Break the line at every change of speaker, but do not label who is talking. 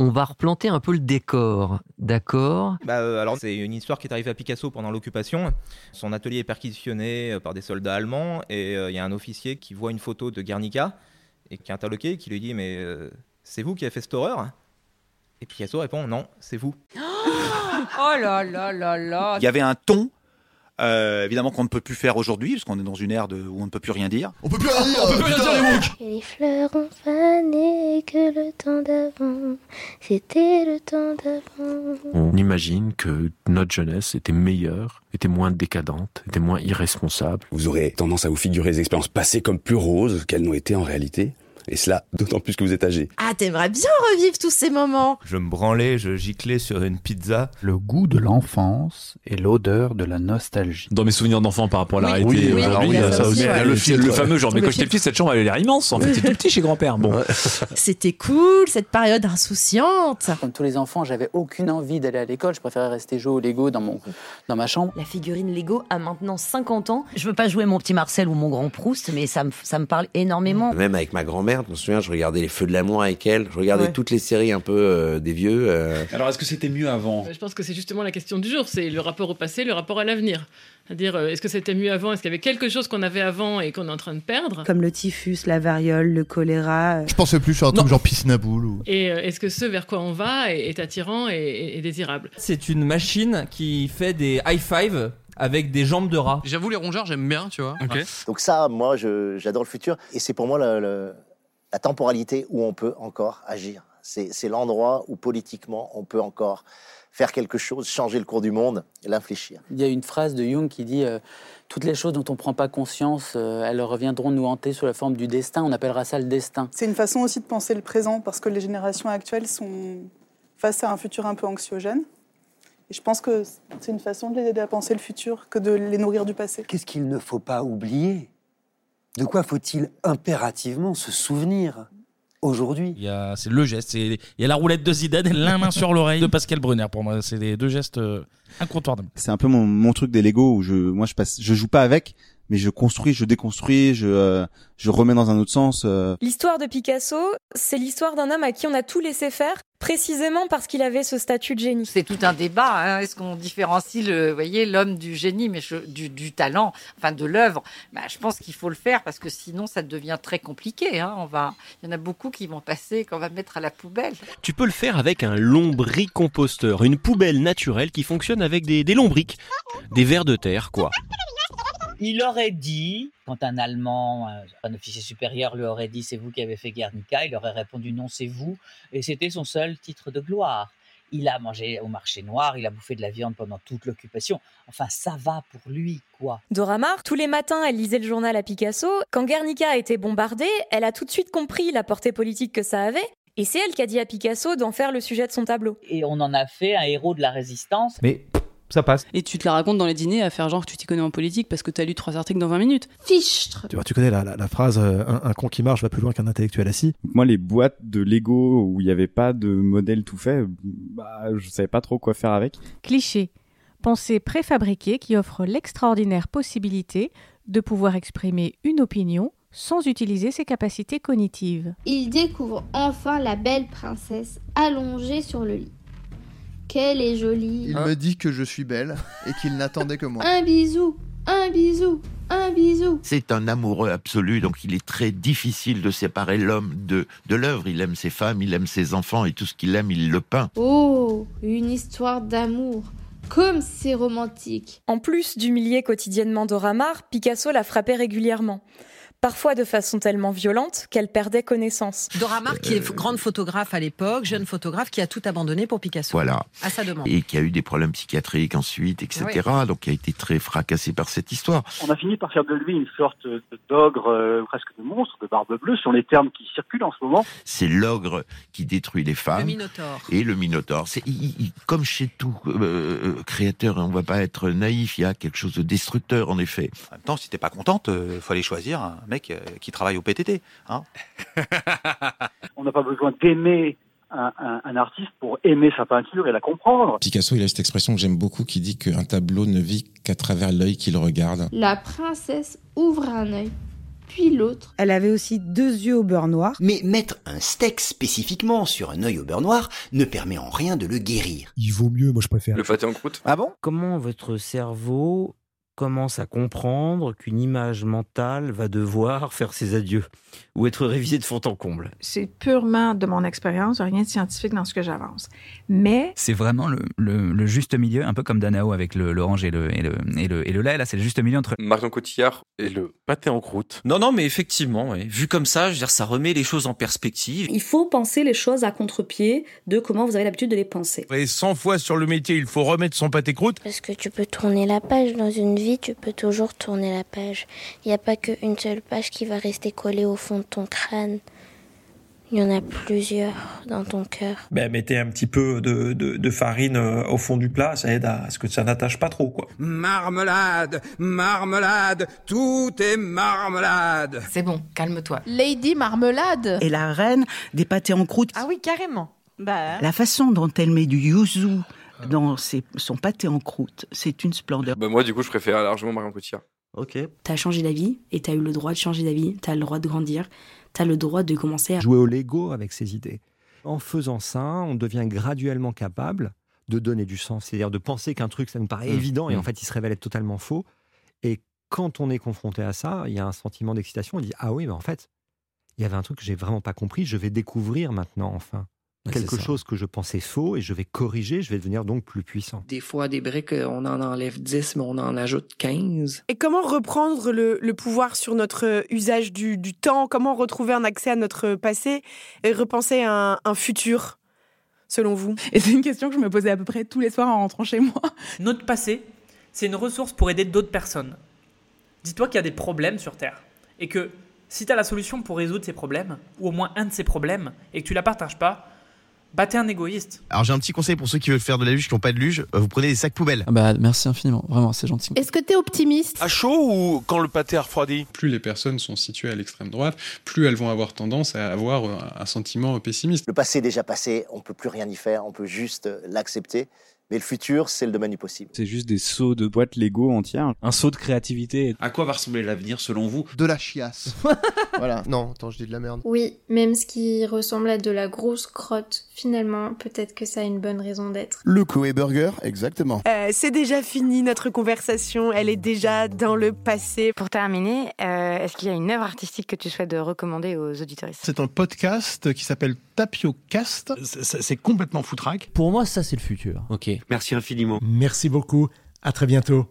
on va replanter un peu le décor, d'accord
Bah, euh, alors, c'est une histoire qui est arrivée à Picasso pendant l'occupation. Son atelier est perquisitionné euh, par des soldats allemands et euh, il y a un officier qui voit une photo de Guernica et qui est interloqué et qui lui dit Mais euh, c'est vous qui avez fait cette horreur Et Picasso répond Non, c'est vous.
Oh là là là là
Il y avait un ton, euh, évidemment, qu'on ne peut plus faire aujourd'hui, parce qu'on est dans une ère de- où on ne peut plus rien dire.
On peut plus rien dire. On peut plus rien dire,
Et les fleurs ont fané que le temps d'avant, c'était le temps d'avant.
On imagine que notre jeunesse était meilleure, était moins décadente, était moins irresponsable.
Vous aurez tendance à vous figurer les expériences passées comme plus roses qu'elles n'ont été en réalité. Et cela d'autant plus que vous êtes âgé.
Ah, t'aimerais bien revivre tous ces moments
Je me branlais, je giclais sur une pizza.
Le goût de l'enfance et l'odeur de la nostalgie.
Dans mes souvenirs d'enfant par rapport à la
Oui,
réalité
oui,
aujourd'hui,
oui,
il y a euh, ah
ça
ça
aussi,
aussi.
ouais.
le,
filtre,
le
ouais.
fameux genre, mais
Le
quand j'étais
filtre.
petit, cette chambre, elle a l'air immense. En fait, j'étais tout petit chez grand-père. Bon.
C'était cool, cette période insouciante
Comme tous les enfants, j'avais aucune envie d'aller à l'école. Je préférais rester jouer au Lego dans, mon, dans ma chambre.
La figurine Lego a maintenant 50 ans. Je veux pas jouer mon petit Marcel ou mon grand Proust, mais ça me, ça me parle énormément.
Même avec ma grand-mère, je me souviens, je regardais Les Feux de l'amour avec elle. Je regardais toutes les séries un peu euh, des vieux. euh.
Alors, est-ce que c'était mieux avant
Je pense que c'est justement la question du jour, c'est le rapport au passé, le rapport à l'avenir. C'est-à-dire, euh, est-ce que c'était mieux avant Est-ce qu'il y avait quelque chose qu'on avait avant et qu'on est en train de perdre
Comme le typhus, la variole, le choléra. euh.
Je pensais plus sur un truc genre piscine à boules ou.
Et euh, est-ce que ce vers quoi on va est, est attirant et, et- et désirable
C'est une machine qui fait des high five avec des jambes de rat.
J'avoue, les rongeurs, j'aime bien, tu vois.
Donc ça, moi, je- j'adore le futur. Et c'est pour moi le- le- la temporalité où on peut encore agir. C'est c'est l'endroit où politiquement, on peut encore faire quelque chose, changer le cours du monde et l'infléchir. Il y a une phrase de Jung qui dit euh, Toutes les choses dont on ne prend pas conscience, euh, elles reviendront nous hanter sous la forme du destin. On appellera ça le destin.
C'est une façon aussi de penser le présent, parce que les générations actuelles sont face à un futur un peu anxiogène. Et je pense que c'est une façon de les aider à penser le futur que de les nourrir du passé.
Qu'est-ce qu'il ne faut pas oublier De quoi faut-il impérativement se souvenir aujourd'hui
Il y a, c'est le geste. c'est- Il y a la roulette de Zidane et la main sur l'oreille de Pascal Brunner pour moi. C'est les deux gestes euh, incontournables.
c'est un peu mon, mon truc des Lego où je moi je passe je joue pas avec mais je construis je déconstruis je euh, je remets dans un autre sens euh.
L'histoire de Picasso, c'est l'histoire d'un homme à qui on a tout laissé faire, précisément parce qu'il avait ce statut de génie.
C'est tout un débat. hein. Est-ce qu'on différencie le, vous voyez, l'homme du génie, mais je- du, du talent, enfin de l'œuvre Bah, Je pense qu'il faut le faire parce que sinon ça devient très compliqué. hein. On va, il y en a beaucoup qui vont passer, qu'on va mettre à la poubelle.
Tu peux le faire avec un lombricomposteur, une poubelle naturelle qui fonctionne avec des, des lombrics, des vers de terre, quoi.
il aurait dit quand un allemand un officier supérieur lui aurait dit c'est vous qui avez fait Guernica il aurait répondu non c'est vous et c'était son seul titre de gloire il a mangé au marché noir il a bouffé de la viande pendant toute l'occupation enfin ça va pour lui quoi
Dora Maar, tous les matins, elle lisait le journal à Picasso. Quand Guernica a été bombardée, elle a tout de suite compris la portée politique que ça avait. Et c'est elle qui a dit à Picasso d'en faire le sujet de son tableau.
et on en a fait un héros de la résistance
Mais ça passe.
Et tu te la racontes dans les dîners à faire genre que tu t'y connais en politique parce que t'as lu trois articles dans 20 minutes.
Fichtre
Tu vois, tu connais la, phrase euh, un, con qui marche va plus loin qu'un intellectuel assis.
Moi, les boîtes de Lego où il n'y avait pas de modèle tout fait, je savais pas trop quoi faire avec.
Cliché. Pensée préfabriquée qui offre l'extraordinaire possibilité de pouvoir exprimer une opinion sans utiliser ses capacités cognitives.
Il découvre enfin la belle princesse allongée sur le lit. Qu'elle est jolie.
Il me dit que je suis belle et qu'il n'attendait que moi.
Un bisou, un bisou, un bisou.
C'est un amoureux absolu, donc il est très difficile de séparer l'homme de, de l'œuvre. Il aime ses femmes, il aime ses enfants, et tout ce qu'il aime, il le peint.
Oh, une histoire d'amour. Comme c'est romantique. En plus d'humilier quotidiennement Dora Maar, Picasso la frappait régulièrement. Parfois de façon tellement violente qu'elle perdait connaissance.
Dora Maar, qui
Euh,
est grande photographe à l'époque, jeune photographe, qui a tout abandonné pour Picasso.
Voilà.
À sa demande.
Et qui a eu des problèmes psychiatriques ensuite, etc. Donc qui a été très fracassé par cette histoire.
On a fini par faire de lui une sorte d'ogre, euh, presque de monstre, de barbe bleue, sur les termes qui circulent en ce moment.
C'est l'ogre qui détruit les femmes.
Minotaure.
Et le Minotaure, c'est il- il- comme chez tout euh, euh, créateur, on va pas être naïf. Il y a quelque chose de destructeur en effet.
En même temps, si t'es pas contente, euh, faut aller choisir un mec euh, qui travaille au PTT. Hein
On n'a pas besoin d'aimer un, un- un artiste pour aimer sa peinture et la comprendre.
Picasso, il a cette expression que j'aime beaucoup qui dit qu'un tableau ne vit qu'à travers l'œil qu'il regarde.
La princesse ouvre un œil
puis l'autre. Elle avait aussi deux yeux au beurre noir. Mais mettre un steak spécifiquement sur un œil au beurre noir ne permet en rien de le guérir.
Il vaut mieux, moi je préfère.
Le pâté en croûte
Ah bon
Comment votre cerveau commence à comprendre qu'une image mentale va devoir faire ses adieux ou être révisée de fond en comble
C'est purement de mon expérience, rien de scientifique dans ce que j'avance. Mais
C'est vraiment le, le- le juste milieu, un peu comme Danao avec le- l'orange et le, et, le, et, le, et le lait. Là, c'est le juste milieu entre.
Marion Cotillard et le pâté en croûte.
Non, non, mais effectivement, ouais. vu comme ça, je veux dire, ça remet les choses en perspective.
Il faut penser les choses à contre-pied de comment vous avez l'habitude de les penser.
Et 100 fois sur le métier, il faut remettre son pâté croûte.
Parce que tu peux tourner la page dans une vie, tu peux toujours tourner la page. Il n'y a pas qu'une seule page qui va rester collée au fond de ton crâne. Il y en a plusieurs dans ton cœur.
Ben, mettez un petit peu de, de- de farine euh, au fond du plat, ça aide à, à ce que ça n'attache pas trop, quoi.
Marmelade, marmelade, tout est marmelade.
C'est bon, calme-toi.
Lady Marmelade
Et la reine des pâtés en croûte.
Ah oui, carrément. Bah,
hein.
La façon dont elle met du yuzu dans ses- son pâté en croûte, c'est une splendeur.
Bah moi, du coup, je préfère largement Marion Cotillard. Ok.
T'as changé d'avis et t'as eu le droit de changer d'avis, t'as le droit de grandir, t'as le droit de commencer à.
jouer au Lego avec ses idées. En faisant ça, on devient graduellement capable de donner du sens, c'est-à-dire de penser qu'un truc, ça nous paraît
Mmh.
évident, et en
Mmh.
fait, il se révèle être totalement faux. Et quand on est confronté à ça, il y a un sentiment d'excitation, on dit, ah oui, mais en fait, il y avait un truc que j'ai vraiment pas compris, je vais découvrir maintenant, enfin,
Ouais,
quelque
c'est ça.
chose que je pensais faux, et je vais corriger, je vais devenir donc plus puissant.
Des fois, des briques, euh, on en enlève 10, mais on en ajoute 15.
Et comment reprendre le, le pouvoir sur notre euh, usage du, du temps Comment retrouver un accès à notre euh, passé et repenser à un, un futur, selon vous
Et c'est une question que je me posais à peu près tous les soirs en rentrant chez moi.
Notre passé, c'est une ressource pour aider d'autres personnes. Dis-toi qu'il y a des problèmes sur Terre. Et que si tu as la solution pour résoudre ces problèmes, ou au moins un de ces problèmes, et que tu la partages pas, bah t'es un égoïste.
Alors j'ai un petit conseil pour ceux qui veulent faire de la luge qui n'ont pas de luge, euh, vous prenez des sacs poubelles.
Bah, merci infiniment, vraiment, c'est gentil.
Est-ce que t'es optimiste
À chaud ou quand le pâté a refroidi
Plus les personnes sont situées à l'extrême droite, plus elles vont avoir tendance à avoir un- un sentiment pessimiste.
Le passé est déjà passé, on peut plus rien y faire, on peut juste euh, l'accepter. Mais le futur, c'est le domaine du possible.
C'est juste des sauts de boîtes Lego entières, un saut de créativité. À quoi va ressembler l'avenir selon vous
De la chiasse. voilà. Non, attends, je dis de la merde.
Oui, même ce qui ressemble à de la grosse crotte, finalement, peut-être que ça a une bonne raison d'être.
Le Chloé Burger, exactement.
Euh, C'est déjà fini notre conversation, elle est déjà dans le passé.
Pour terminer, euh, est-ce qu'il y a une œuvre artistique que tu souhaites euh, recommander aux auditeurs
C'est un podcast qui s'appelle Tapiocast. C'est complètement foutraque.
Pour moi, ça, c'est le futur.
Ok. Merci infiniment.
Merci beaucoup. À très bientôt.